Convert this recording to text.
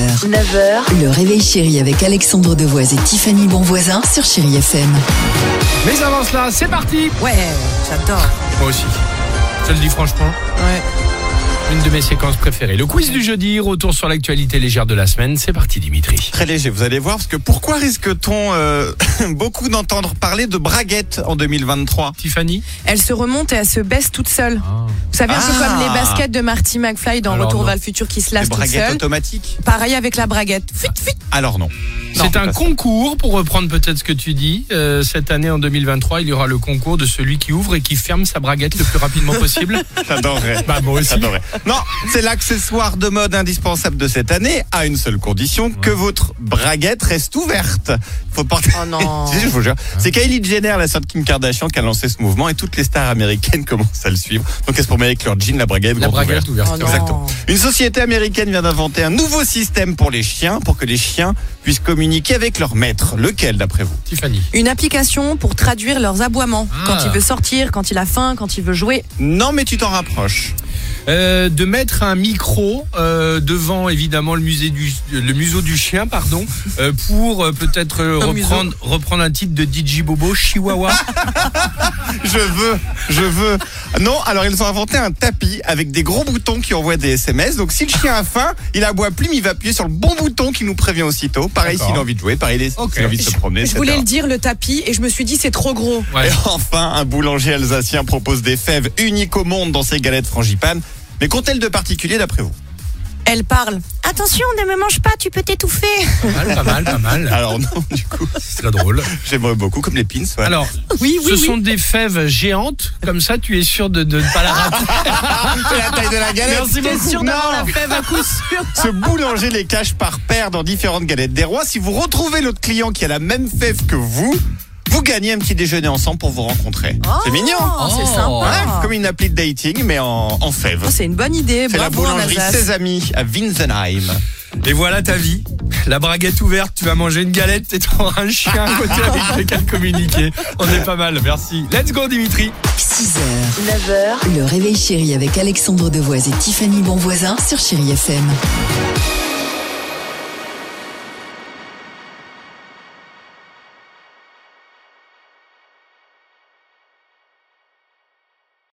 9h. 9h, Le réveil chéri avec Alexandre Devoise et Tiffany Bonvoisin sur Chéri FM. Mais avant cela, c'est parti Ouais, j'adore. Moi aussi. Je le dis franchement, Ouais. une de mes séquences préférées. Le quiz du jeudi, retour sur l'actualité légère de la semaine. C'est parti Dimitri. Très léger, vous allez voir, parce que pourquoi risque-t-on euh, beaucoup d'entendre parler de braguettes en 2023 Tiffany Elle se remonte et elle se baisse toute seule. Vous savez, un peu Ah. comme les baskets de Marty McFly dans Alors Retour non. vers le futur qui se Des lave toute braguettes seule. automatiques Pareil avec la braguette. Fuit, fuit. Alors non. Non, C'est un pas ça. concours, pour reprendre peut-être ce que tu dis. Euh, cette année, en 2023, il y aura le concours de celui qui ouvre et qui ferme sa braguette le plus rapidement possible. J'adorerais. bah moi aussi. J'adorerais. Non, c'est l'accessoire de mode indispensable de cette année, à une seule condition, que votre braguette reste ouverte. Faut porter... Oh non. Si, je vous jure. C'est Kylie Jenner, la sœur de Kim Kardashian, qui a lancé ce mouvement et toutes les stars américaines commencent à le suivre. Donc elles se promenaient avec leur jean, la braguette, La grande ouverte. braguette ouverte. Oh non. Exactement. Une société américaine vient d'inventer un nouveau système pour les chiens, pour que les chiens puissent communiquer avec leur maître. Lequel, d'après vous Tiffany. Une application pour traduire leurs aboiements. Ah. Quand il veut sortir, quand il a faim, quand il veut jouer. Non, mais tu t'en rapproches. Euh, de mettre un micro euh, devant évidemment le musée du le museau du chien pardon euh, pour euh, peut-être euh, Un museau. reprendre reprendre un titre de DJ Bobo Chihuahua Je veux, je veux. Non, alors ils ont inventé un tapis avec des gros boutons qui envoient des SMS. Donc si le chien a faim, il aboie plus, mais il va appuyer sur le bon bouton qui nous prévient aussitôt. Pareil D'accord. s'il a envie de jouer, pareil s'il Ok. a envie de se promener, Je etc. voulais le dire, le tapis, et je me suis dit, c'est trop gros. Ouais. Et enfin, un boulanger alsacien propose des fèves uniques au monde dans ses galettes frangipane. Mais qu'ont-elles de particulier d'après vous Elle parle. Attention, ne me mange pas, tu peux t'étouffer. pas mal pas mal pas mal Alors non, du coup, c'est très drôle j'aimerais beaucoup comme les pins. ouais. alors Oui, oui, ce oui. sont des fèves géantes comme ça tu es sûr de, de ne pas la Ah, rater C'est la taille de la galette. Merci T'es sûr d'avoir la Non. fève à coup sûr. Ce boulanger les cache par paire dans différentes galettes des rois. Si vous retrouvez l'autre client qui a la même fève que vous, vous gagnez un petit déjeuner ensemble pour vous rencontrer. c'est mignon. Oh, c'est Ouais, sympa. c'est comme une appli de dating, mais en, en fève. Oh, c'est une bonne idée. C'est la Bravo, en boulangerie Alsace. Ses Amis à Winsenheim. et voilà ta vie la braguette ouverte tu vas manger une galette et t'auras un chien à côté avec lequel communiquer on est pas mal merci let's go Dimitri 6h. 9h, Le réveil chéri avec Alexandre Devoise et Tiffany Bonvoisin sur Chéri FM.